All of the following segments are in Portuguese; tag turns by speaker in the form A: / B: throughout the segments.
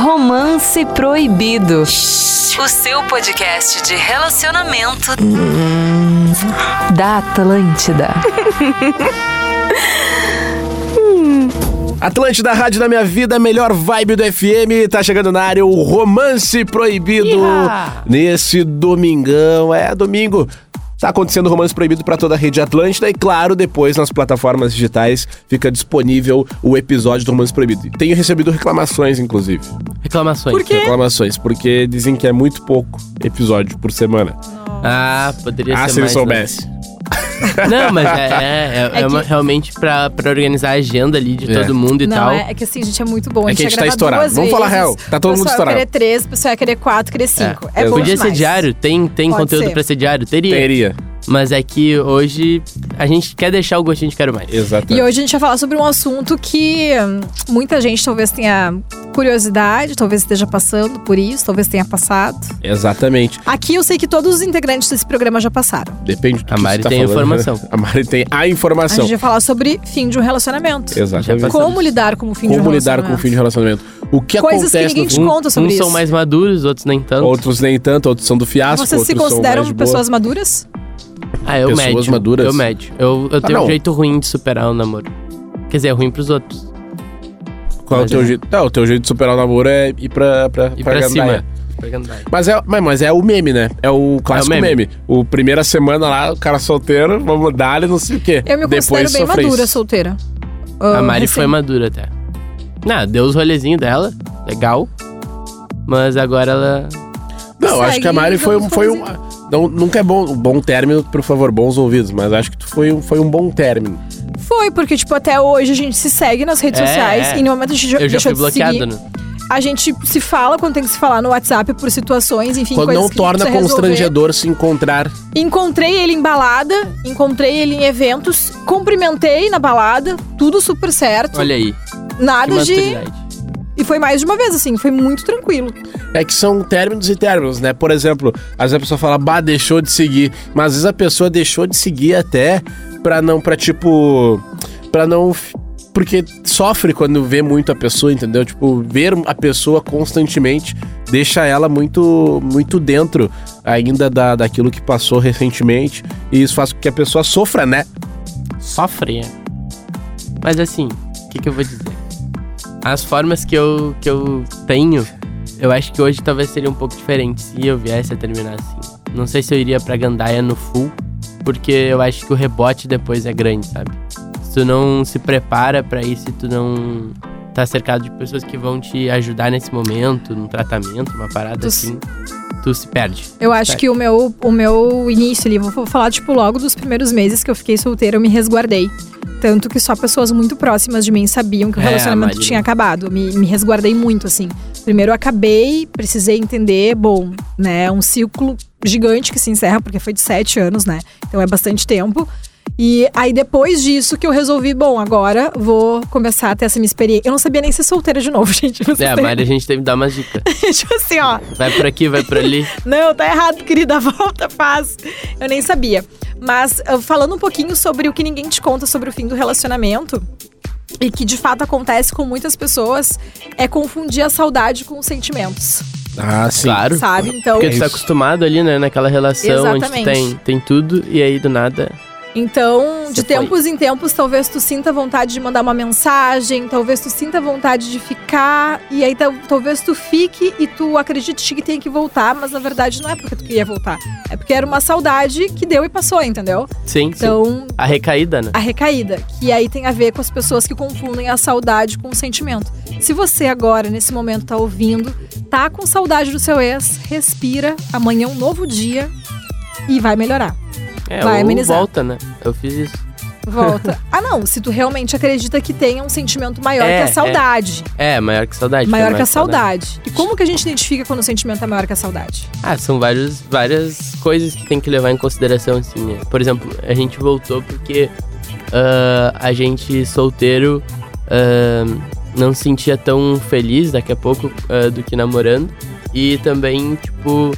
A: Romance Proibido. O seu podcast de relacionamento da Atlântida.
B: Atlântida, Rádio da Minha Vida, melhor vibe do FM, tá chegando na área o Romance Proibido.
A: Iha!
B: Nesse domingão, é domingo. Tá acontecendo o Romance Proibido pra toda a rede Atlântida e, claro, depois nas plataformas digitais fica disponível o episódio do Romance Proibido. E Tenho recebido reclamações, inclusive.
C: Reclamações.
D: Por quê?
B: Reclamações, porque dizem que é muito pouco episódio por semana.
C: Ah, poderia
B: ah,
C: ser
B: se eu
C: mais,
B: soubesse.
C: né? Não, mas é, é, é- é uma- realmente pra, pra organizar a agenda ali de
B: É.
C: todo mundo e
D: Não,
C: tal.
D: é, é que assim, gente, é muito bom.
B: É que a gente
D: ia
B: tá
D: gravar
B: estourado.
D: duas
B: Vamos falar
D: vezes.
B: real, tá todo mundo estourado.
D: O pessoal ia querer três, o pessoal ia querer quatro, querer cinco. É,
B: exato.
D: bom
C: Podia ser
D: demais.
C: diário, tem, tem
D: Pode
C: conteúdo
D: ser.
C: pra ser diário? Teria.
B: Teria.
C: Mas é que hoje a gente quer deixar o gostinho de quero mais.
B: Exatamente.
D: E hoje a gente vai falar sobre um assunto que hum, muita gente talvez tenha curiosidade, talvez esteja passando por isso, talvez tenha passado.
B: Exatamente.
D: Aqui eu sei que todos os integrantes desse programa já passaram.
B: Depende do
C: A
B: que
C: Mari
B: você tá
C: tem a
B: falando,
C: informação.
B: né? A Mari tem a
D: A
B: informação.
D: gente vai falar sobre fim de um relacionamento.
B: Exatamente.
C: Já passou.
D: Como lidar com o fim de um
B: Como lidar
D: relacionamento.
B: com o fim de relacionamento. O que
D: Coisas que
B: acontece
D: ninguém
B: no
D: te
B: fim?
D: conta sobre
C: Uns
D: isso.
C: são mais maduros, outros nem tanto.
B: Outros nem tanto, outros são do fiasco,
D: Vocês se
B: outros são mais
D: consideram
B: de boa.
D: pessoas maduras?
C: ah, eu
B: pessoas
C: médio.
B: maduras. Ah,
C: Eu médio. Eu, eu tenho
B: não.
C: um jeito ruim de superar o namoro. Quer dizer, é ruim pros outros.
B: Qual é o
C: Mas
D: né?
B: teu
C: é.
B: jeito? Não, o teu jeito de superar o namoro é ir pra, pra,
C: E pra,
B: gandaia.
C: cima. Pra gandaia.
B: Mas é, mas, mas é o meme, né? É o clássico
C: É o
B: meme.
C: meme.
B: O primeira semana lá, o cara solteiro, vamos dar ele não sei o quê.
D: Eu me considero
B: Depois
D: bem
B: sofre
D: madura,
B: isso.
D: solteira.
C: A
D: Ah,
C: Mari
D: recém-
C: foi madura até. Não, deu os rolezinhos dela, legal. Mas agora ela.
B: Não, acho que a
D: Segue,
B: Mari foi, um-
D: vamos
B: foi um. Não, nunca é bom, um bom término, por favor, bons ouvidos, mas acho que tu foi, um- foi um bom término.
D: Foi, porque, tipo, até hoje a gente se segue nas redes
C: É,
D: sociais
C: é.
D: e no momento a gente
C: Eu já
D: deixou
C: fui
D: de se seguir.
C: bloqueado, né?
D: A gente se fala quando tem que se falar no WhatsApp por situações, enfim,
B: Quando
D: coisas
B: não
D: que a gente
B: torna
D: precisa resolver.
B: constrangedor se encontrar.
D: Encontrei ele em balada, encontrei ele em eventos, cumprimentei na balada, tudo super certo.
C: Olha aí. Que né?
D: nada de.
C: maturidade.
D: E foi mais de uma vez, assim, foi muito tranquilo.
B: É que são términos e términos, né? Por exemplo, às vezes a pessoa fala, bah, deixou de seguir. Mas às vezes a pessoa deixou de seguir até pra não, pra tipo. pra não. f- Porque sofre quando vê muito a pessoa, entendeu? Tipo, ver a pessoa constantemente deixa ela muito muito dentro ainda da, daquilo que passou recentemente. E isso faz com que a pessoa sofra, né?
C: Sofre. é. Mas assim, o que, que eu vou dizer? As formas que eu, que eu tenho, eu acho que hoje talvez seria um pouco diferente se eu viesse a terminar assim. Não sei se eu iria pra gandaia no full, porque eu acho que o rebote depois é grande, sabe? Se tu não se prepara pra isso, se tu não tá cercado de pessoas que vão te ajudar nesse momento, num tratamento, uma parada
D: Tu se-
C: assim, tu se perde.
D: Eu acho
C: Certo.
D: que o meu, o meu início ali, vou falar, tipo, logo dos primeiros meses que eu fiquei solteira, eu me resguardei. Tanto que só pessoas muito próximas de mim sabiam que o
C: É,
D: relacionamento
C: Marina.
D: tinha acabado. Eu me, me resguardei muito, assim. Primeiro eu acabei, precisei entender, bom, né, um ciclo gigante que se encerra, porque foi de sete anos, né? Então é bastante tempo. E aí, depois disso, que eu resolvi, bom, agora vou começar a ter essa minha experiência. Eu não sabia nem ser solteira de novo, gente. Vocês
C: É, a
D: têm-
C: Mari a gente teve que dar umas dicas.
D: tipo assim, ó.
C: Vai por aqui, vai por ali.
D: Não, tá errado, querida, volta, faz. Eu nem sabia. Mas ah, falando um pouquinho sobre o que ninguém te conta sobre o fim do relacionamento e que de fato acontece com muitas pessoas, é confundir a saudade com os sentimentos,
B: Ah, sim.
C: Claro.
D: sabe? Então,
C: Porque tu tá acostumado ali, né? Naquela relação onde tu
D: Exatamente.
C: tem, tem tudo e aí do nada.
D: então de
C: Você foi.
D: tempos em tempos, talvez tu sinta vontade de mandar uma mensagem, talvez tu sinta vontade de ficar, e aí tal- talvez tu fique e tu acredite que tem que voltar, mas na verdade não é porque tu queria voltar. É porque era uma saudade que deu e passou, entendeu?
C: Sim, sim.
D: Então,
C: A recaída, né?
D: a recaída, que aí tem a ver com as pessoas que confundem a saudade com o sentimento. Se você agora, nesse momento, tá ouvindo, tá com saudade do seu ex, respira, amanhã é um novo dia e vai melhorar.
C: É,
D: Vai
C: ou
D: amenizar.
C: volta, né? Eu fiz isso.
D: Volta. ah, não, se tu realmente acredita que tenha um sentimento maior
C: É,
D: que a saudade.
C: É, né? maior que saudade. foi
D: Maior que a saudade. E como que a gente identifica quando o sentimento é maior que a saudade?
C: Ah, são vários, várias coisas que tem que levar em consideração, assim. né? Por exemplo, a gente voltou porque ah, a gente solteiro ah, não se sentia tão feliz daqui a pouco ah, do que namorando. E também, tipo,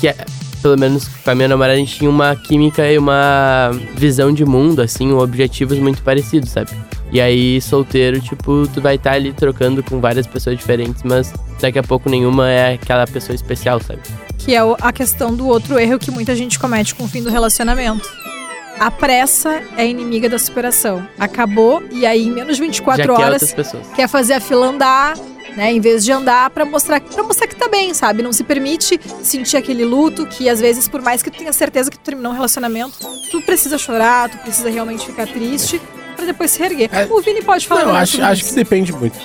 C: que é- pelo menos com a minha namorada a gente tinha uma química e uma visão de mundo, assim, objetivos muito parecidos, sabe? E aí, solteiro, tipo, tu vai estar ali trocando com várias pessoas diferentes, mas daqui a pouco nenhuma é aquela pessoa especial, sabe?
D: Que é o- a questão do outro erro que muita gente comete com o fim do relacionamento. A pressa é inimiga da superação. Acabou e aí em menos de
C: Já
D: 24
C: que é
D: horas
C: outras pessoas.
D: quer fazer a fila andar, né, em vez de andar pra mostrar, para mostrar que tá bem, sabe? Não se permite sentir aquele luto que às vezes por mais que tu tenha certeza que tu terminou um relacionamento, tu precisa chorar, tu precisa realmente ficar triste pra depois se reerguer.
B: É.
D: O Vini pode falar
B: Não,
D: melhor
B: acho,
D: sobre
B: acho
D: isso.
B: que depende muito.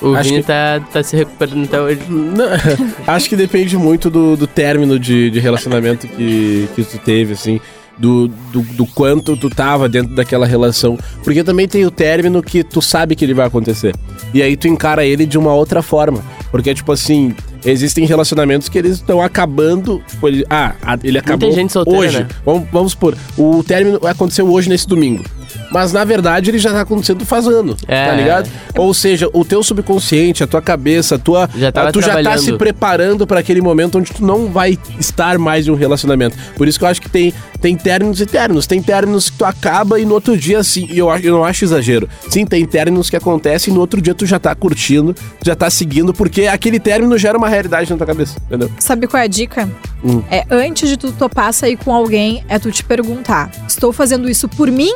C: O
B: Acho
C: Vini
B: que-
C: tá, tá se recuperando até hoje.
B: Não, acho que depende muito do, do término de, de relacionamento que, que tu teve, assim. Do, do, do quanto tu tava dentro daquela relação. Porque também tem o término que tu sabe que ele vai acontecer. E aí tu encara ele de uma outra forma. Porque, tipo assim, existem relacionamentos que eles estão acabando. Tipo, ele, ah, a- ele acabou
C: gente solteira,
B: hoje.
C: né?
B: Vamos, vamos supor, o término aconteceu hoje nesse domingo. Mas na verdade ele já tá acontecendo faz ano,
C: É.
B: tá ligado? Ou seja, o teu subconsciente, a tua cabeça, a tua
C: Já tava
B: ah, tu já tá
C: trabalhando.
B: se preparando pra aquele momento onde tu não vai estar mais em um relacionamento. Por isso que eu acho que tem, tem términos e términos. Tem términos que tu acaba e no outro dia, sim, e eu, acho- eu não acho exagero. Sim, tem términos que acontecem e no outro dia tu já tá curtindo, tu já tá seguindo, porque aquele término gera uma realidade na tua cabeça, entendeu?
D: Sabe qual é a dica?
B: Hum.
D: É antes de tu topar sair com alguém, é tu te perguntar: estou fazendo isso por mim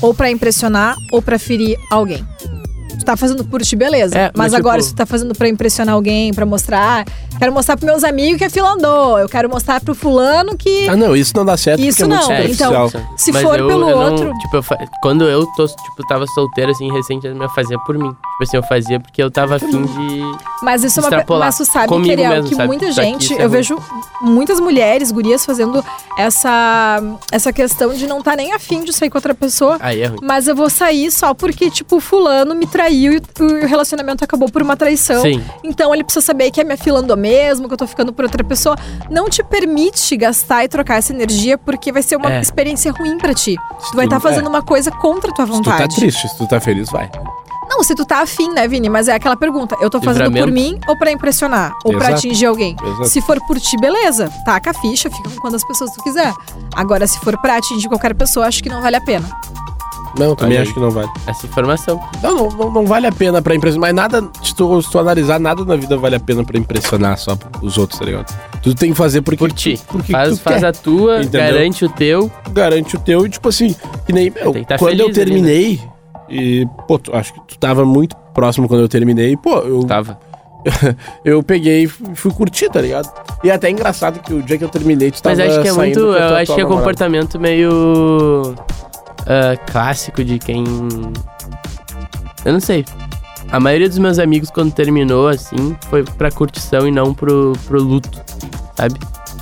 D: ou pra impressionar ou pra ferir alguém? Tu tá fazendo por ti, beleza.
C: É,
D: mas
C: mas tipo-
D: agora se tu tá fazendo pra impressionar alguém, pra mostrar, "Ah, quero mostrar pros meus amigos que a fila andou, eu quero mostrar pro fulano que
B: Ah, não, isso não dá certo
D: Isso
B: porque é muito
D: não, então-
B: superficial.
D: se for pelo
C: não-
D: outro-
C: tipo, eu fa- quando eu tô, tipo, tava solteiro, assim, recente, eu fazia por mim. Tipo assim, eu fazia porque eu tava afim de.
D: Mas isso é uma coisa.
C: Extrapolar.
D: Mas tu sabe,
C: Comigo
D: Kerel,
C: mesmo,
D: que
C: sabe?
D: muita
C: Isso aqui,
D: gente.
C: isso é
D: eu
C: ruim.
D: vejo muitas mulheres, gurias, fazendo essa, essa questão de não tá nem afim de sair com outra pessoa.
C: Aí é ruim.
D: Mas eu vou sair só porque, tipo, fulano me traiu e o relacionamento acabou por uma traição.
C: Sim.
D: Então ele precisa saber que a minha fila andou mesmo, que eu tô ficando por outra pessoa. Não te permite gastar e trocar essa energia, porque vai ser uma
C: É.
D: experiência ruim pra ti. Tu vai
B: tu-
D: estar fazendo
B: é.
D: uma coisa contra a tua
B: Se tu tá
D: vontade.
B: triste, se tu tá feliz, vai.
D: Não, se tu tá afim, né, Vini? Mas é aquela pergunta. Eu tô fazendo por
C: Livramento.
D: mim ou pra impressionar? Ou pra
B: Exato.
D: atingir alguém?
B: Exato.
D: Se for por ti, beleza. Taca a ficha, fica com quantas pessoas tu quiser. Agora, se for pra atingir qualquer pessoa, acho que não vale a pena.
B: Não, também
C: Olha aí.
B: acho que não vale.
C: Essa informação.
B: Não, não, não, não vale a pena pra impressionar. Mas nada, se tu, se tu analisar, nada na vida vale a pena pra impressionar só os outros, tá ligado? Tu tem que fazer porque.
C: Por ti.
B: Porque
C: faz
B: tu
C: faz
B: quer.
C: a tua,
B: entendeu?
C: garante o teu.
B: garante o teu e, tipo assim, que nem. meu,
C: Tem que tá
B: quando eu
C: feliz ali, né?
B: terminei. E, pô, tu- acho que tu tava muito próximo quando eu terminei. Pô, eu,
C: Tava.
B: eu peguei e fui fui curtir, tá ligado? E até é engraçado que o dia que eu terminei, tu tava
C: Mas acho que é
B: saindo com a tua
C: muito. Eu acho
B: atual
C: que é
B: namorada.
C: comportamento meio. ah, clássico de quem. Eu não sei. A maioria dos meus amigos, quando terminou, assim, foi pra curtição e não pro, pro luto, sabe?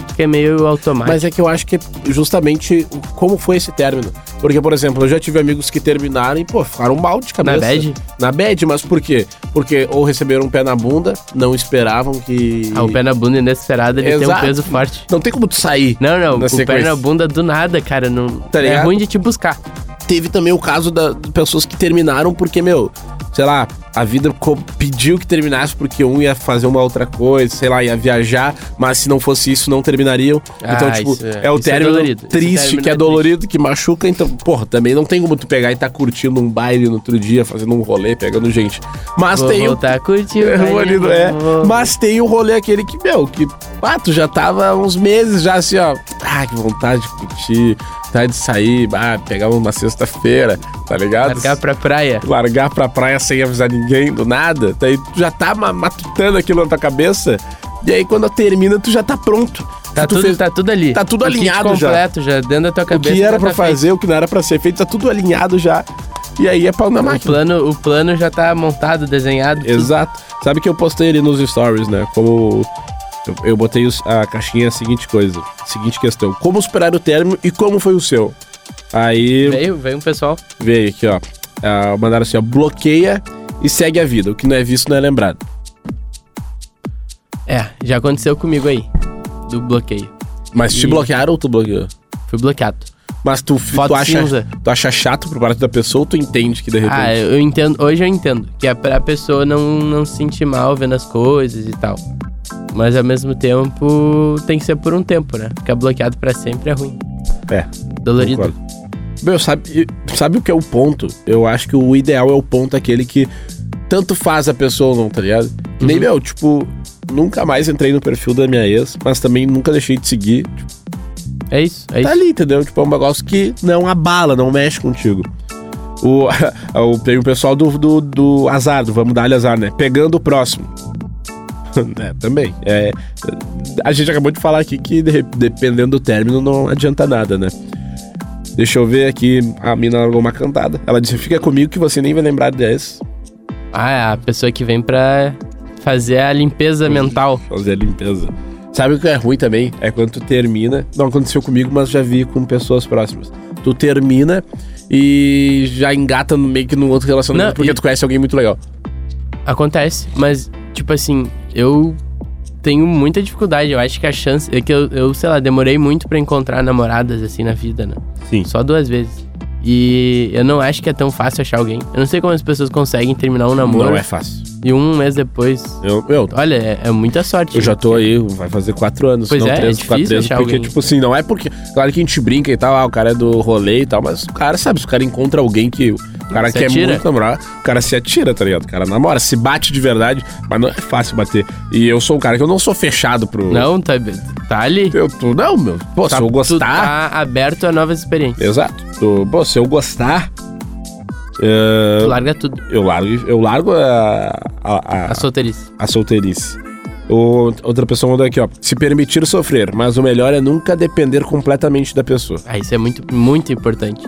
C: Acho que é meio automático.
B: Mas é que eu acho que é justamente como foi esse término. Porque, por exemplo, eu já tive amigos que terminaram e, pô, ficaram mal de
C: Na
B: cabeça.
C: bad?
B: Na bad, mas por quê? Porque ou receberam um pé na bunda, não esperavam que.
C: Ah, o pé na bunda inesperado, ele tem um
B: Exato.
C: peso forte.
B: Não tem como tu sair.
C: Não, não,
B: Na
C: o pé
B: sequência.
C: na bunda do nada, cara. Não,
B: Tá
C: é
B: ligado?
C: ruim de te buscar.
B: Teve também o caso da, de pessoas que terminaram porque, meu, sei lá, a vida co- pediu que terminasse porque um ia fazer uma outra coisa, sei lá, ia viajar, mas se não fosse isso, não terminariam.
C: Ah,
B: então, tipo,
C: isso é-
B: é, o
C: isso é
B: término
C: dolorido. Esse
B: triste,
C: término
B: que é,
C: é triste.
B: dolorido, que machuca. Então, porra, também não tem como tu pegar e tá curtindo um baile no outro dia, fazendo um rolê, pegando gente. Mas
C: Vou
B: tem o
C: voltar a curtir.
B: É,
C: vai,
B: Bonito, é.
C: vou-
B: Mas tem o rolê aquele que, meu, que ah, tu já tava há uns meses já assim, ó. Ah, que vontade de curtir, vontade de sair, ah, pegar uma sexta-feira, tá ligado?
C: Largar pra praia.
B: Largar pra praia sem avisar ninguém do nada. Daí tu já tá ma- matutando aquilo na tua cabeça. E aí quando termina, tu já tá pronto.
C: Tá
B: tu
C: tudo,
B: fez-
C: tá tudo ali.
B: tá tudo
C: O kit
B: alinhado já.
C: completo já, dentro da tua
B: o
C: cabeça.
B: que
C: já
B: era pra
C: tá feito.
B: fazer, o que não era pra ser feito, tá tudo alinhado já. E aí é pau na
C: O
B: máquina.
C: plano, o plano já tá montado, desenhado. tudo.
B: Exato. Sabe que eu postei ali nos stories, né? Como. Eu, eu botei os- a caixinha a seguinte coisa. Seguinte questão. Como superar o término e como foi o seu? Aí
C: Veio, veio um pessoal.
B: veio aqui, ó. Ah, mandaram assim, ó. Bloqueia e segue a vida. O que não é visto não é lembrado.
C: É, já aconteceu comigo aí. Do bloqueio.
B: Mas te
C: E-
B: bloquearam ou tu bloqueou?
C: Fui bloqueado.
B: Mas tu,
C: Foto
B: tu, acha,
C: cinza.
B: tu acha chato por parte da pessoa ou tu entende que de repente.
C: Ah, eu entendo. Hoje eu entendo. Que é pra pessoa não, não se sentir mal vendo as coisas e tal. Mas ao mesmo tempo, tem que ser por um tempo, né? Ficar bloqueado pra sempre é ruim.
B: É,
C: Dolorido.
B: concordo. Meu, sabe, sabe o que é o ponto? Eu acho que o ideal é o ponto aquele que tanto faz a pessoa ou não, tá ligado? Que Nem,
C: Uhum.
B: meu, tipo, nunca mais entrei no perfil da minha ex, mas também nunca deixei de seguir. Tipo,
C: É isso, é
B: tá
C: isso.
B: ali, entendeu? Tipo, é um negócio que não abala, não mexe contigo. O, o- tem o pessoal do, do, do azar, do vamos dar-lhe azar, né? Pegando o próximo. É, também. É, a gente acabou de falar aqui que de- dependendo do término não adianta nada, né? Deixa eu ver aqui. A mina largou uma cantada. Ela disse: Fica comigo que você nem vai lembrar dessa. Tá
C: Ah, é a pessoa que vem pra fazer a limpeza mental.
B: fazer a limpeza. Sabe o que é ruim também? É quando tu termina. Não aconteceu comigo, mas já vi com pessoas próximas. Tu termina e já engata no meio que num outro relacionamento
C: Não,
B: porque
C: e-
B: tu conhece alguém muito legal.
C: Acontece, mas, tipo assim, eu tenho muita dificuldade. Eu acho que a chance. É que eu, eu, sei lá, demorei muito pra encontrar namoradas assim na vida, né?
B: Sim.
C: Só duas vezes. E eu não acho que é tão fácil achar alguém. Eu não sei como as pessoas conseguem terminar um namoro
B: Não é fácil.
C: e um mês depois.
B: Eu, eu,
C: Olha, é, é muita sorte.
B: eu já tô aí, vai fazer quatro anos.
C: Pois
B: não,
C: é, é
B: três,
C: difícil
B: quatro anos.
C: achar
B: Porque,
C: alguém.
B: tipo assim, não é porque. Claro que a gente brinca e tal, ah, o cara é do rolê e tal, mas o cara sabe, se o cara encontra alguém que. O cara
C: Se
B: quer
C: atira.
B: muito namorar, o cara se atira, tá ligado? O cara namora, se bate de verdade, mas não é fácil bater. E eu sou um cara que eu não sou fechado pro.
C: Não, tá, tá ali.
B: Eu tô, não, meu. Pô, se eu
C: Tu
B: gostar.
C: tá aberto a novas experiências.
B: Exato. Tu- pô, se eu gostar. eh,
C: Tu larga tudo.
B: eu largo, eu largo a, a, a,
C: A solteirice.
B: a solteirice. O- outra pessoa mandou aqui, ó. Se permitir sofrer, mas o melhor é nunca depender completamente da pessoa.
C: Ah, isso é muito, muito importante.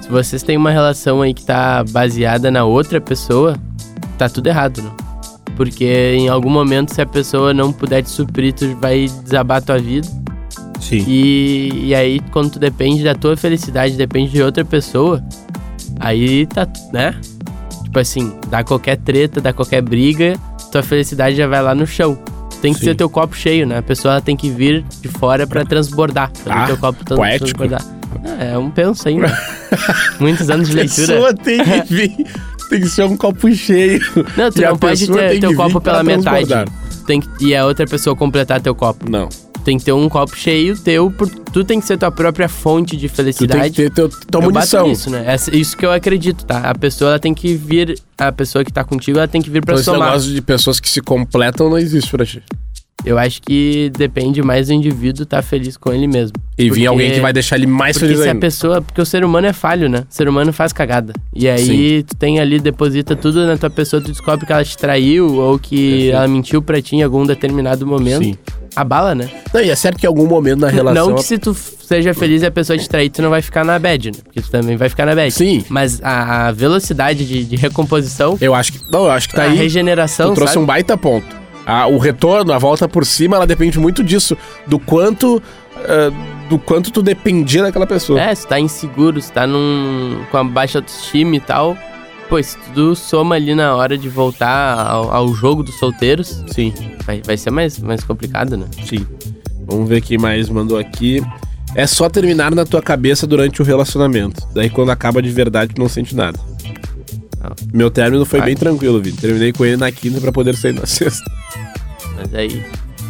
C: Se vocês têm uma relação aí que tá baseada na outra pessoa, tá tudo errado, né? Porque em algum momento, se a pessoa não puder te suprir, tu vai desabar tua vida.
B: Sim.
C: E, e aí, quando tu depende da tua felicidade, depende de outra pessoa, aí tá, né? Tipo assim, dá qualquer treta, dá qualquer briga, tua felicidade já vai lá no chão. Tem que
B: Sim.
C: ser teu copo cheio, né? A pessoa ela tem que vir de fora pra transbordar. Fazer
B: Ah,
C: teu copo tran-
B: poético.
C: transbordar. É, é um penso ainda. Muitos anos de leitura.
B: pessoa tem que vir. Tem que ser um copo cheio.
C: Não, tu
B: E a
C: não pode
B: pessoa
C: ter
B: tem
C: teu
B: que vir
C: copo
B: pra
C: pela metade.
B: transbordar.
C: Tu Tem que, e a outra pessoa completar teu copo.
B: Não.
C: Tem que ter um copo cheio teu, por, tu tem que ser tua própria fonte de
B: Tu tem
C: felicidade.
B: que ter teu, tua
C: Eu bato
B: munição.
C: nisso, né? É isso que eu acredito, tá? A pessoa ela tem que vir, a pessoa que tá contigo, ela tem que vir pra
B: Então, esse
C: somar.
B: negócio de pessoas que se completam não existe pra ti.
C: Eu acho que depende mais do indivíduo tá feliz com ele mesmo.
B: E vir
C: Porque-
B: alguém que vai deixar ele mais
C: Porque
B: feliz
C: se a
B: ainda.
C: pessoa, porque o ser humano é falho, né? O ser humano faz cagada. E aí tu tem ali deposita tudo na tua pessoa, tu descobre que ela te traiu ou que
B: Perfeito.
C: ela mentiu pra ti em algum determinado momento.
B: Sim.
C: Abala, né?
B: Não, e é certo que em algum momento na relação.
C: Não que se tu f- seja feliz e a pessoa te trair, tu não vai ficar na bad, né? Porque tu também vai ficar na bad.
B: Sim.
C: Mas a, a velocidade de, de recomposição,
B: Eu acho que. Não, eu acho que tá
C: a
B: aí.
C: regeneração,
B: tu trouxe
C: sabe?
B: um baita ponto. Ah, o retorno, a volta por cima, ela depende muito disso. Do quanto. ah, do quanto tu dependia daquela pessoa.
C: É, se tá inseguro, se tá num, com a baixa autoestima e tal. Pô, isso tudo soma ali na hora de voltar ao, ao jogo dos solteiros.
B: Sim,
C: Vai, vai ser mais, mais complicado, né?
B: sim. Vamos ver quem mais mandou aqui. É só terminar na tua cabeça durante o relacionamento. Daí quando acaba de verdade, tu não sente nada.
C: Ah.
B: Meu término foi
C: Ah.
B: bem tranquilo, Vini. Terminei com ele na quinta pra poder sair na sexta.
C: Mas aí.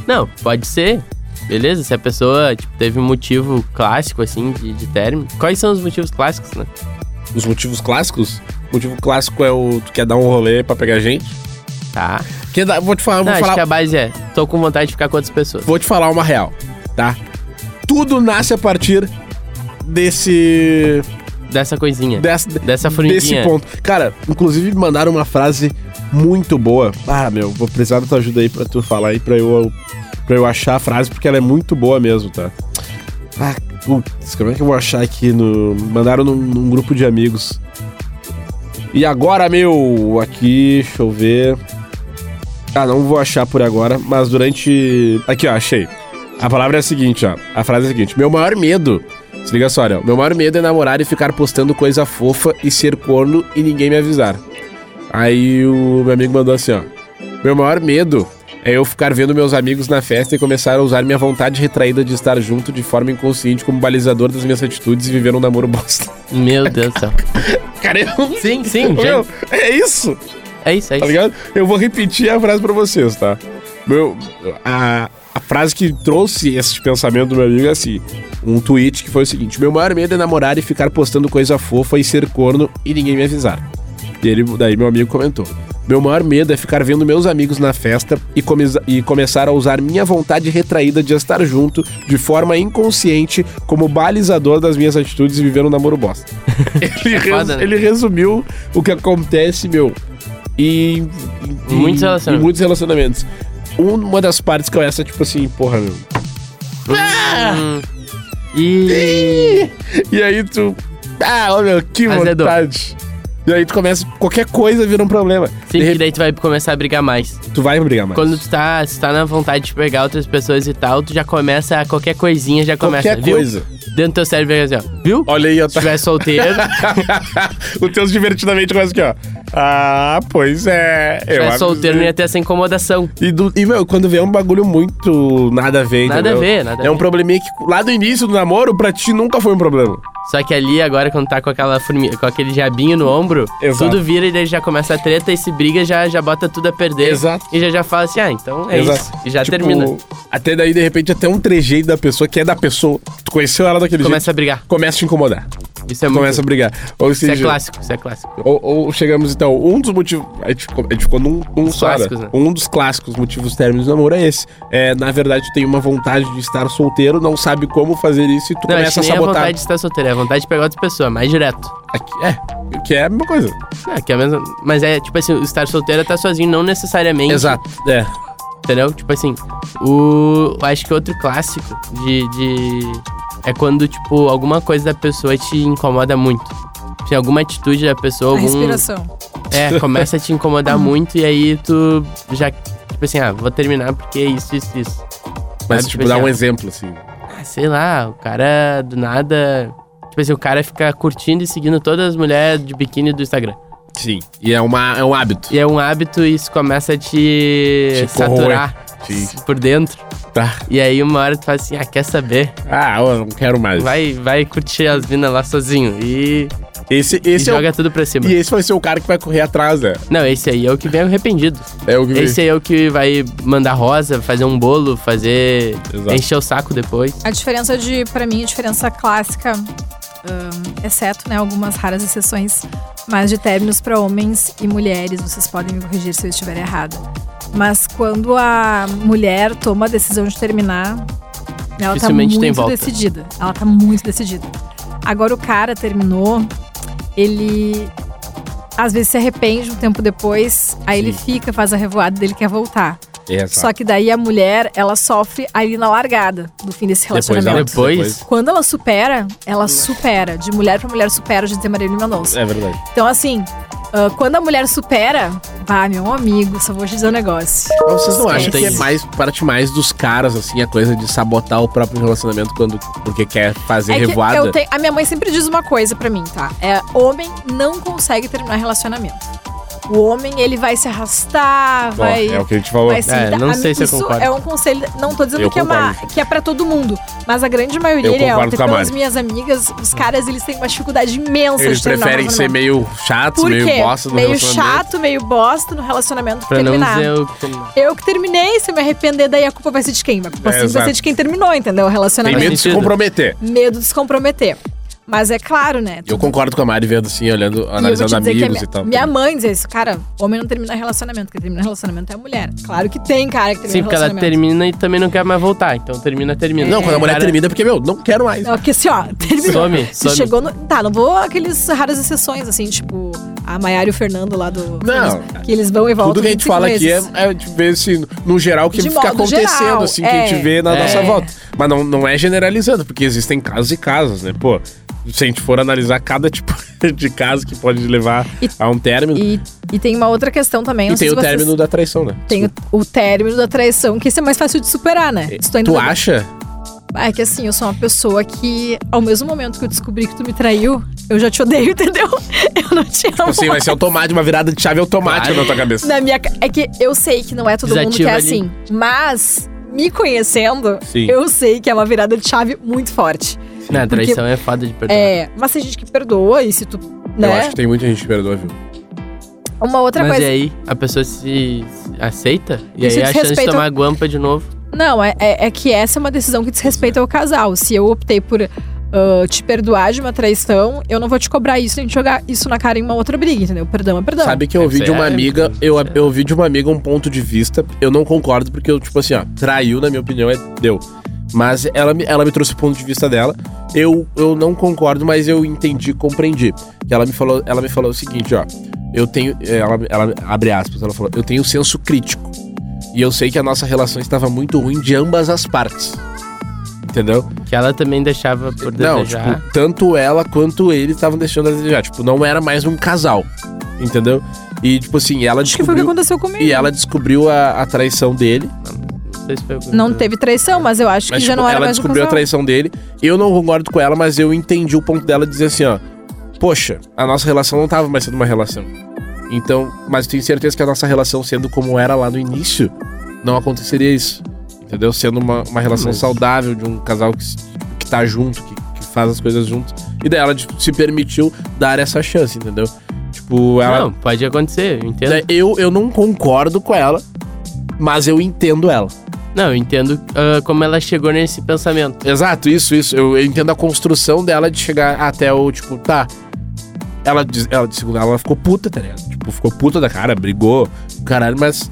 C: Não, pode ser. Beleza, se a pessoa tipo, teve um motivo clássico, assim, de, de término. Quais são os motivos clássicos, né?
B: Os motivos clássicos? O motivo clássico é o tu quer dar um rolê pra pegar gente.
C: Tá.
B: Quer dar, vou te falar,
C: Não,
B: vou
C: acho
B: falar
C: que a base é: tô com vontade de ficar com outras pessoas.
B: vou te falar uma real, tá? Tudo nasce a partir desse.
C: Dessa coisinha.
B: desse,
C: Dessa
B: desse
C: formiguinha.
B: ponto. Cara, inclusive me mandaram uma frase muito boa. Ah, meu, vou precisar da tua ajuda aí pra tu falar aí, pra eu, pra eu achar a frase, porque ela é muito boa mesmo, tá? Ah, putz, como é que eu vou achar aqui no. Mandaram num, num grupo de amigos. E agora, meu, aqui, deixa eu ver. Ah, não vou achar por agora, mas durante. Aqui, ó, achei. A palavra é a seguinte, ó. A frase é a seguinte: Meu maior medo. Se liga só, Ariel. Meu maior medo é namorar e ficar postando coisa fofa e ser corno e ninguém me avisar. Aí o meu amigo mandou assim, ó. Meu maior medo é eu ficar vendo meus amigos na festa e começar a usar minha vontade retraída de estar junto de forma inconsciente como balizador das minhas atitudes e viver um namoro bosta.
C: Meu Deus do céu.
B: Cara, assim? eu...
C: Sim, sim,
B: Meu,
C: gente.
B: é isso!
C: É isso, é
B: tá
C: isso.
B: ligado? Eu vou repetir a frase pra vocês, tá? Meu, a, a frase que trouxe esse pensamento do meu amigo é assim: um tweet que foi o seguinte: Meu maior medo é namorar e ficar postando coisa fofa e ser corno e ninguém me avisar. E ele, daí meu amigo comentou: Meu maior medo é ficar vendo meus amigos na festa e, come e começar a usar minha vontade retraída de estar junto de forma inconsciente como balizador das minhas atitudes e viver um namoro bosta. ele, res-
C: foda, né?
B: ele resumiu o que acontece, meu. E, e-
C: Muitos
B: e-
C: relacionamentos.
B: em muitos relacionamentos. Um, Uma das partes que eu essa, tipo assim, porra, meu.
C: E.
B: E aí tu. Ah, ô meu, que
C: Azedou.
B: vontade. E aí tu começa. Qualquer coisa vira um problema.
C: Sim,
B: De
C: que
B: repente,
C: daí tu vai começar a brigar mais.
B: tu vai brigar mais.
C: Quando tu tá, se tá na vontade de pegar outras pessoas e tal, tu já começa a qualquer coisinha, já começa.
B: qualquer
C: viu?
B: coisa.
C: Dentro do teu cérebro, assim, ó. Viu?
B: Olha aí, ó. tá.
C: Se tiver solteiro,
B: o teus divertidamente começa aqui, ó. Ah, pois é.
C: se
B: Eu
C: tiver solteiro, não
B: avisei.
C: ia ter essa incomodação.
B: e, do- e, meu, quando vê é um bagulho muito nada a ver,
C: Nada
B: entendeu?
C: a ver, nada a
B: É um
C: ver.
B: probleminha que lá do início do namoro, pra ti nunca foi um problema.
C: Só que ali, agora, quando tá com aquela formiga, com aquele jabinho no ombro,
B: Exato.
C: tudo vira e daí já começa a treta e se briga, já, já bota tudo a perder.
B: Exato.
C: E já já fala assim, ah, então é
B: Exato.
C: isso. E já
B: Tipo,
C: termina.
B: Até daí, de repente, até um trejeito da pessoa que é da pessoa. Tu conheceu ela daquele
C: Começa
B: jeito.
C: a brigar.
B: Começa a te incomodar.
C: Isso é muito.
B: Começa a brigar. Ou
C: Isso é
B: seja,
C: clássico, isso é clássico.
B: Ou, ou chegamos, então, um dos motivos. A gente ficou, a gente ficou num, num
C: Os
B: só, né?
C: clássicos, né?
B: Um dos clássicos motivos do término de namoro é esse. É, na verdade, tu tem uma vontade de estar solteiro, não sabe como fazer isso e tu
C: Não, acho
B: começa
C: que
B: a
C: nem é a
B: sabotar.
C: vontade de estar solteiro, é a vontade de pegar outra pessoa, mais direto.
B: Aqui- é, que é a mesma coisa.
C: Ah, que é a mesma- Mas é tipo assim, o estar solteiro é estar sozinho, não necessariamente.
B: Exato. É.
C: Entendeu? Tipo assim, o. eu Acho que outro clássico de. de- É quando, tipo, alguma coisa da pessoa te incomoda muito. Tem alguma atitude da pessoa,
D: A
C: algum.
D: respiração.
C: É, começa a te incomodar muito e aí tu já. Tipo assim, ah, vou terminar porque é isso, isso, isso.
B: Mas,
C: Sabe,
B: tipo,
C: tipo
B: dá
C: assim,
B: um
C: ó.
B: exemplo, assim.
C: Ah, sei lá, o cara do nada. Tipo assim, o cara fica curtindo e seguindo todas as mulheres de biquíni do Instagram.
B: Sim. E é, uma, é um hábito.
C: E é um hábito e isso começa a te,
B: Te
C: saturar
B: corroer. Sim.
C: por dentro.
B: Tá.
C: E aí uma hora tu fala assim, ah, quer saber?
B: Ah, eu não quero mais.
C: Vai, vai curtir as minas lá sozinho. E,
B: Esse,
C: e
B: esse é o-
C: joga tudo pra cima.
B: E esse vai ser o cara que vai correr atrás, né?
C: Não, esse aí é o que vem arrependido.
B: É o que
C: Esse aí é o que vai mandar rosa, fazer um bolo, fazer.
B: Exato.
C: encher o saco depois.
D: A diferença de, pra mim, a diferença clássica, hum, exceto, né, algumas raras exceções, mas de términos pra homens e mulheres, vocês podem me corrigir se eu estiver errada. Mas quando a mulher toma a decisão de terminar, ela tá
C: Dificilmente
D: muito
C: tem volta.
D: decidida. Ela tá muito decidida. Agora o cara terminou, ele às vezes se arrepende um tempo depois, aí ele fica, faz a revoada dele quer voltar.
B: Exato.
D: Só que daí a mulher, ela sofre ali na largada do fim desse
B: Depois,
D: relacionamento.
C: Depois-
D: Quando ela supera, ela supera. De mulher pra mulher supera, de Marília Mendonça.
B: É verdade.
D: Então, assim, ah, quando a mulher supera, vá, meu amigo, só vou te dizer um negócio.
B: Mas vocês não acham
C: Não tem
B: que é
C: isso.
B: mais parte mais dos caras, assim, a coisa de sabotar o próprio relacionamento quando porque quer fazer
D: É que
B: revoada?
D: eu tenho- a minha mãe sempre diz uma coisa pra mim, tá? É, homem não consegue terminar relacionamento. O homem, ele vai se arrastar,
B: Ó,
D: vai.
B: É o que a gente falou.
D: Mas,
C: É,
D: tá-
C: não
D: a-
C: sei se eu
D: isso
C: concordo.
D: é um conselho, não tô dizendo
B: Eu
D: que é, uma, que é pra todo mundo, mas a grande maioria,
B: Eu
D: ele é,
B: concordo
D: até
B: com a
D: pelas
B: Mari.
D: minhas amigas, os caras, eles têm uma dificuldade imensa
B: Eles
D: de terminar
B: preferem
D: um
B: ser
D: relacionamento.
B: meio chatos,
D: Por
B: meio
D: quê?
B: bosta no
D: meio
B: relacionamento.
D: chato, né? meio bosta no relacionamento
C: Pra não
D: terminar.
C: dizer o que.
D: Eu que terminei, se eu me arrepender, daí a culpa vai ser de quem? A culpa
B: É,
D: sempre vai
B: exato.
D: ser de quem terminou, entendeu? O
B: Tem
D: relacionamento.
B: medo de se
C: sentido.
B: comprometer.
D: medo de se comprometer. Mas é claro, né?
B: Eu concordo com a Mari vendo assim, olhando,
D: E eu vou
B: analisando
D: te dizer que a
B: amigos
D: minha,
B: e tal.
D: Minha mãe dizia isso, cara, homem não termina relacionamento, quem termina relacionamento é a mulher. Claro que tem cara que termina
C: Sim, porque ela
D: relacionamento.
C: termina e também não quer mais voltar. Então termina, termina.
B: Não, quando a mulher
C: Cara,
B: termina, é porque, meu, não quero mais.
D: Não, porque assim, ó, terminou.
C: Some,
D: Se
C: some.
D: chegou no. Tá, não vou aqueles raras exceções, assim, tipo, a Maiara e o Fernando lá do.
B: Não.
D: Que eles vão e voltam.
B: Tudo que a gente
D: 25
B: fala aqui é,
D: vezes.
B: é de ver assim, no geral, o que
D: De
B: fica
D: modo
B: acontecendo,
D: geral,
B: assim, que a gente
D: é.
B: vê na
C: É.
B: nossa volta. Mas não, não é generalizando, porque existem casos e casos, né? Pô, se a gente for analisar cada tipo de caso que pode levar
D: E-
B: a um término.
D: E, e tem uma outra questão também.
B: E
D: não sei
B: tem o
D: se vocês-
B: término da traição, né?
D: Tem o, o término da traição, que isso é mais fácil de superar, né? Se ainda
B: Tu
D: não-
B: acha?
D: É que assim, eu sou uma pessoa que, ao mesmo momento que eu descobri que tu me traiu, eu já te odeio, entendeu? Eu não te amo.
B: Assim, vai ser automático, uma virada de chave automática
C: Claro.
B: na tua cabeça.
D: Na minha, ca- é que eu sei que não é todo mundo que é
C: Desativa ali.
D: assim, mas me conhecendo,
B: Sim.
D: eu sei que é uma virada de chave muito forte.
C: Não, traição é foda de perdoar.
D: É, mas tem gente que perdoa e se tu,
B: Eu
D: né?
B: acho que tem muita gente que perdoa, viu?
D: Uma outra
C: Mas
D: coisa,
C: e aí, a pessoa se, se aceita? E
D: Isso
C: aí a chance de
D: desrespeita-
C: tomar guampa de novo.
D: Não, é, é- é que essa é uma decisão que diz respeito ao casal. Se eu optei por ah, te perdoar de uma traição, eu não vou te cobrar isso nem te jogar isso na cara em uma outra briga, entendeu? Perdão é perdão.
B: Sabe que eu
C: É,
B: ouvi de uma
C: é,
B: amiga,
C: é,
B: eu,
C: é.
B: eu ouvi de uma amiga um ponto de vista. Eu não concordo, porque eu, tipo assim, ó, traiu, na minha opinião, é deu. Mas ela, me- ela me trouxe o ponto de vista dela. Eu, eu não concordo, mas eu entendi, compreendi. Que ela me falou, ela me falou o seguinte, ó. Eu tenho. é, Ela, ela abre aspas, ela falou, eu tenho senso crítico. E eu sei que a nossa relação estava muito ruim de ambas as partes. Entendeu?
C: Que ela também deixava por
B: Não,
C: desejar.
B: tipo, tanto ela quanto ele estavam deixando a desejar. Tipo, não era mais um casal. Entendeu? E, tipo assim, ela
D: Acho que foi o que
B: descobriu.
D: aconteceu comigo.
B: E ela descobriu a, a traição dele.
C: Não sei se foi o que
D: Não
C: aconteceu.
D: teve traição, mas eu acho
B: Mas,
D: que
B: tipo,
D: já não era
B: ela
D: mais um
B: descobriu a
D: casal.
B: traição dele. Eu não concordo com ela, mas eu entendi o ponto dela de dizer assim, ó. Poxa, a nossa relação não tava mais sendo uma relação. Então, mas eu tenho certeza que a nossa relação, sendo como era lá no início, não aconteceria isso. Entendeu? Sendo uma, uma relação
C: Mas-
B: saudável de um casal que, s- que tá junto, que, que faz as coisas juntos. E daí ela tipo, se permitiu dar essa chance, entendeu? Tipo, ela.
C: Não, pode acontecer, eu entendo.
B: né, eu, eu não concordo com ela, mas eu entendo ela.
C: Não, eu entendo ah, como ela chegou nesse pensamento.
B: Exato, isso, isso. Eu, eu entendo a construção dela de chegar até o, tipo, tá. Ela, diz- ela de segunda, ela ficou puta, tá ligado? Tipo, ficou puta da cara, brigou, caralho, mas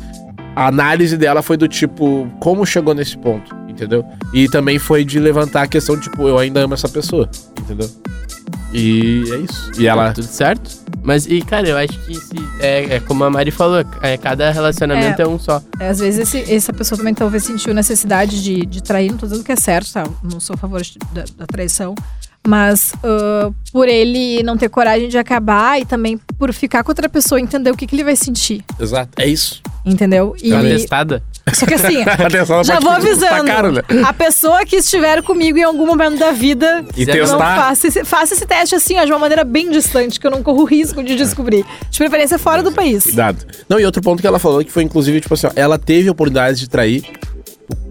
B: a análise dela foi do tipo, como chegou nesse ponto, entendeu? E também foi de levantar a questão, tipo, eu ainda amo essa pessoa, entendeu? E é isso. E ela.
C: Tá Tudo certo? Mas, e cara, eu acho que se- é, é como a Mari falou, é, cada relacionamento é, um só.
D: É, às vezes esse- essa pessoa também talvez sentiu necessidade de, de trair, não tô dizendo que é certo, tá? Não sou a favor de- da, da traição. Mas ah, por ele não ter coragem de acabar e também por ficar com outra pessoa entender o que, que ele vai sentir,
B: Exato, é isso.
D: entendeu? E,
C: Tá testada.
D: só que assim,
B: Atenção, ela
D: Já
B: pode
D: vou
B: custar
D: avisando.
B: caro, né?
D: a pessoa que estiver comigo em algum momento da vida.
B: E
C: Não
D: Não
B: testar.
D: faça esse, faça esse teste assim, ó, de uma maneira bem distante, que eu não corro risco de descobrir. De preferência fora do país.
B: Cuidado. Não, e outro ponto que ela falou que foi, inclusive, tipo assim, ó, ela teve oportunidades de trair,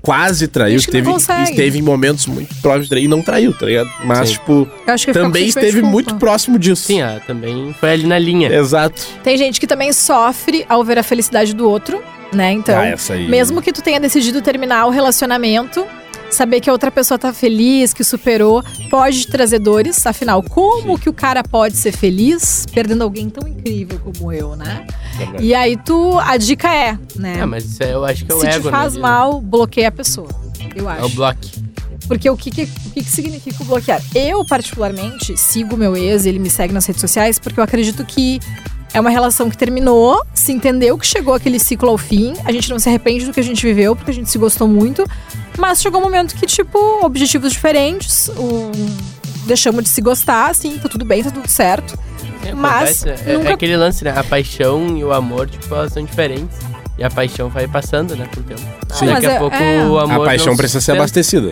B: quase traiu,
D: Acho que não
B: esteve,
D: consegue.
B: esteve em momentos muito próximos de trair e não traiu, tá ligado? Mas,
C: Sim.
B: tipo,
D: Eu acho que eu fico
B: também
D: com sentimento de
B: esteve
D: culpa.
B: muito próximo disso.
C: Sim, é. ela também foi ali na linha.
B: Exato.
D: Tem gente que também sofre ao ver a felicidade do outro, né? Então,
C: é.
B: ah, essa aí.
D: mesmo que tu tenha decidido terminar o relacionamento, saber que a outra pessoa tá feliz, que superou, pode te trazer dores. Afinal, como que o cara pode ser feliz perdendo alguém tão incrível como eu, né?
B: Verdade.
D: E aí tu, a dica é, né?
C: É, mas isso é- eu acho que é o
D: Se
C: ego,
D: te
C: né,
D: faz
C: Lina?
D: mal, bloqueia a pessoa. Eu
C: É o
D: acho.
C: bloco.
D: Porque o que, que- o que, que significa o bloquear? Eu, particularmente, sigo meu ex, ele me segue nas redes sociais, porque eu acredito que é uma relação que terminou, se entendeu que chegou aquele ciclo ao fim, a gente não se arrepende do que a gente viveu, porque a gente se gostou muito, mas chegou um momento que, tipo, objetivos diferentes, um, deixamos de se gostar, assim, tá tudo bem, tá tudo certo.
C: É,
D: Mas
C: acontece, é, é
D: nunca-
C: aquele lance, né? A paixão e o amor, tipo, elas são diferentes. E a paixão vai passando, né, com o tempo. Daqui
D: Sim. Mas
C: a
D: é-
C: pouco
D: é.
C: o
B: A
C: amor.
B: paixão
C: não
B: precisa ser
C: sustenta.
B: abastecida.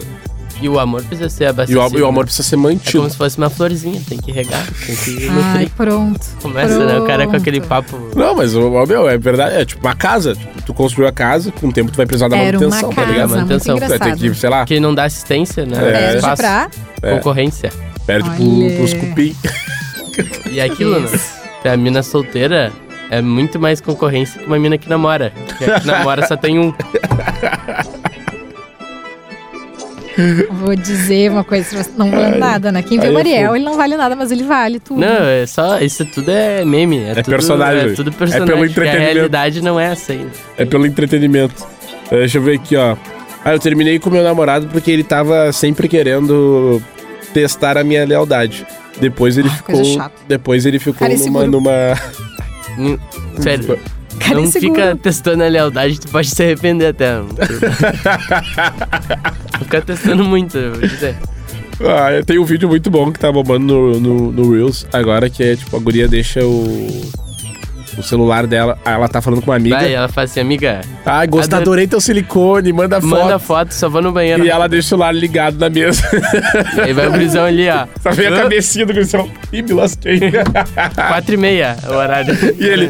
C: E o amor precisa ser
B: E
C: abastecido.
B: o, e o amor
C: né?
B: precisa ser
C: É como
B: mantido.
C: se fosse uma florzinha, tem que regar, tem que
D: Ai,
C: nutrir.
D: pronto.
C: Começa, né? O cara com
D: pronto.
C: aquele papo.
B: Não, mas, o o meu, é verdade. É tipo uma casa. Tipo, tu construiu a casa, com o tempo tu vai precisar da
D: Era uma
B: manutenção, tá ligado?
D: casa, muito
C: Manutenção.
B: Tu vai ter
D: engraçado.
B: que, sei lá,
C: Que não dá assistência, né?
B: É.
D: Perde
C: Espaço,
D: pra...
B: É.
C: concorrência.
B: perde pro,
D: Olha.
B: pros cupim.
C: E é aquilo, né? A mina solteira é muito mais concorrência que uma mina que namora. Porque a que namora só tem um.
D: Vou dizer uma coisa, pra você, não vale nada, né? Quem vê
B: Aí
D: o
B: é
D: Ariel,
B: fogo.
D: ele não vale nada, mas ele vale tudo.
C: Não, é só. Isso tudo é meme. É, tudo,
B: personagem.
C: É tudo
B: É pelo
C: personagem. porque
B: entretenimento.
C: A realidade não é essa ainda.
B: É pelo entretenimento. Eh, Deixa eu ver aqui, ó. Ah, eu terminei com meu namorado porque ele tava sempre querendo testar a minha lealdade. Depois ele
D: Ah,
B: ficou.
D: coisa chata.
B: Depois ele ficou
D: Cara,
B: numa.
D: inseguro.
B: numa...
C: Hum, Sério.
D: Cara
C: não
D: inseguro.
C: fica testando a lealdade, tu pode se arrepender até. Não fica testando muito, eu vou dizer.
B: Ah, eu tenho um vídeo muito bom que tá bombando no, no, no Reels agora, que é tipo, a guria deixa o. O celular dela, ah, ela tá falando com uma amiga.
C: Vai, ela fala assim, amiga,
B: Ai, gostei,
C: Adoro-
B: adorei teu silicone, manda foto.
C: manda foto, só vou no banheiro.
B: E ela deixa o celular ligado na mesa.
C: E Aí vai o brisão ali, ó.
B: Só vem a cabecinha do Cristiano. Ih, me lasquei.
C: Quatro e meia é o horário.
B: E ele,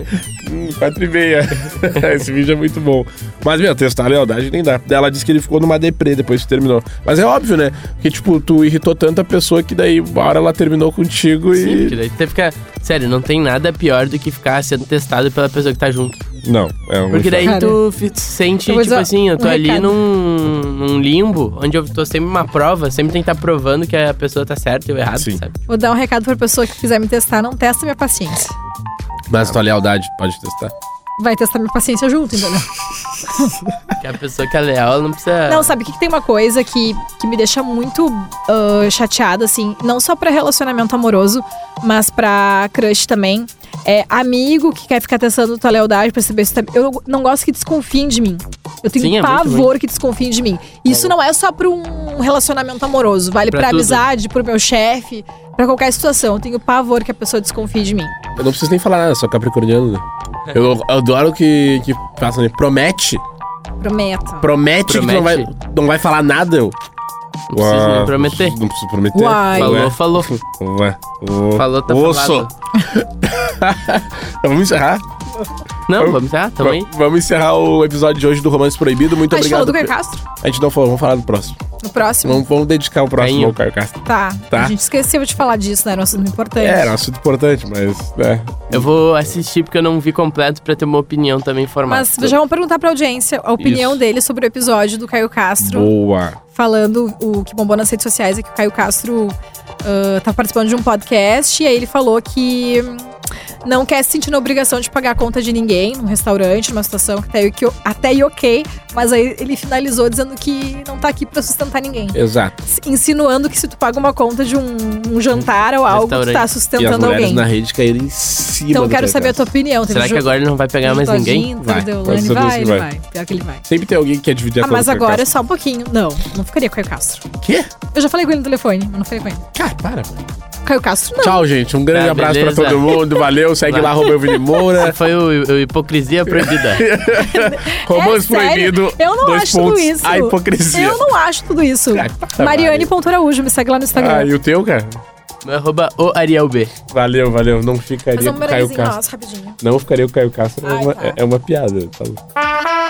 C: É.
B: hum, quatro e meia. Esse vídeo é muito bom. Mas, meu, testar a lealdade nem dá. Daí Ela disse que ele ficou numa deprê depois que terminou. Mas é óbvio, né? Porque, tipo, tu irritou tanto a pessoa que daí uma hora ela terminou contigo
C: Sim,
B: e...
C: porque daí tu fica... Sério, não tem nada pior do que ficar sendo testado pela pessoa que tá junto.
B: Não, é um
C: Porque daí
D: Cara,
C: tu fi- sente,
D: eu vou
C: tipo
D: dizer
C: assim, eu tô
D: um
C: ali
D: recado.
C: num, num limbo, onde eu tô sempre uma prova, sempre tem que estar provando que a pessoa tá certa e eu errado,
B: Sim.
C: sabe?
D: Vou dar um recado pra pessoa que quiser me testar, não testa minha paciência.
B: Mas tua lealdade pode testar.
D: Vai testar minha paciência junto, entendeu?
C: Que a pessoa que é leal ela não precisa...
D: Não, sabe o que, que tem uma coisa que, que me deixa muito ah, chateada, assim, não só pra relacionamento amoroso, mas pra crush também. É amigo que quer ficar testando tua lealdade pra saber se tá. Eu não- não gosto que desconfiem de mim. Eu tenho
C: Sim, é muito
D: pavor que desconfiem de mim. Isso não é só pra um relacionamento amoroso, vale
C: Pra
D: pra,
C: tudo.
D: amizade, pro meu chefe, pra qualquer situação. Eu tenho pavor que a pessoa desconfie de mim.
B: Eu não preciso nem falar nada, sou capricorniano. né? Eu, eu adoro que, que façam ali. Promete,
D: Prometo.
B: promete, que tu não vai,
C: Promete.
B: não vai falar nada, eu.
C: Não precisa nem prometer.
B: Não é? preciso prometer.
D: Uai.
B: Ué,
C: Falou, falou.
B: ué, ué.
C: Falou, tá
B: Osso.
C: falado.
B: Vamos encerrar?
C: Não, vamos lá, tamo aí.
B: Va- Vamos encerrar o episódio de hoje do Romance Proibido. Muito
D: a gente
B: obrigado.
D: falou do Caio
B: por-
D: Castro?
B: A gente não falou, vamos falar do próximo.
D: No próximo?
B: Vamos, vamos dedicar o próximo
C: Cainho.
B: ao Caio Castro.
D: Tá.
B: Tá.
D: A gente esqueceu de falar disso, né? Era um assunto importante.
B: É, era um assunto importante, mas. né.
C: Eu vou assistir porque eu não vi completo pra ter uma opinião também formada.
D: Mas já vamos perguntar pra audiência a opinião
B: Isso.
D: dele sobre o episódio do Caio Castro,
B: Boa.
D: falando o que bombou nas redes sociais é que o Caio Castro ah, tá participando de um podcast e aí ele falou que hum, não quer se sentir na obrigação de pagar a conta de ninguém num restaurante, numa situação que até, aí que eu- até aí ok, mas aí ele finalizou dizendo que não tá aqui pra sustentar ninguém.
B: Exato.
D: S- Insinuando que se tu paga uma conta de um, um jantar ou algo, tu tá
C: Restaurante.
B: E as
D: sustentando
B: mulheres
D: alguém.
B: na rede caíram em cima.
D: Então eu
B: do
D: quero
B: Caio
D: saber a
B: Castro.
D: tua opinião. Teve
C: Será que
D: jo-
C: agora ele não vai pegar mais
D: Todinho,
C: ninguém?
D: teve
B: Vai,
D: Deolane,
B: pode ser
D: vai,
B: Deus que
D: ele
B: vai.
D: vai. Pior que ele vai.
B: Sempre tem alguém que quer dividir a
D: Ah,
B: conta
D: mas
B: do Caio
D: agora é só um pouquinho. Não, não ficaria com o Caio Castro.
B: Castro. Quê?
D: Eu já falei com ele no telefone, mas não falei com ele.
B: Cara, para.
D: Caio Castro, não.
B: Tchau, gente. Um grande
C: Tá,
B: abraço
C: beleza.
B: pra todo mundo. Valeu. Segue lá, arroba Vini Moura.
C: Foi o, o Hipocrisia Proibida.
B: Romance
D: É sério?
B: proibido.
D: Eu não
B: dois
D: acho tudo
B: pontos.
D: isso.
B: A hipocrisia.
D: Eu não acho tudo isso.
B: Cara, para,
D: Mariane
B: Mari.
D: Ponto Araújo, me segue lá no
B: Ah,
D: Instagram.
B: e o teu, cara?
C: Meu arroba o Ariel B.
B: Valeu, valeu. Não ficaria
D: Mas
B: com
D: vamos
B: o Caio
D: merezinho
B: Castro.
D: nosso, rapidinho.
B: Não ficaria com o Caio Castro. é,
D: um Ai,
B: uma,
D: tá.
B: é- é uma piada. Tá?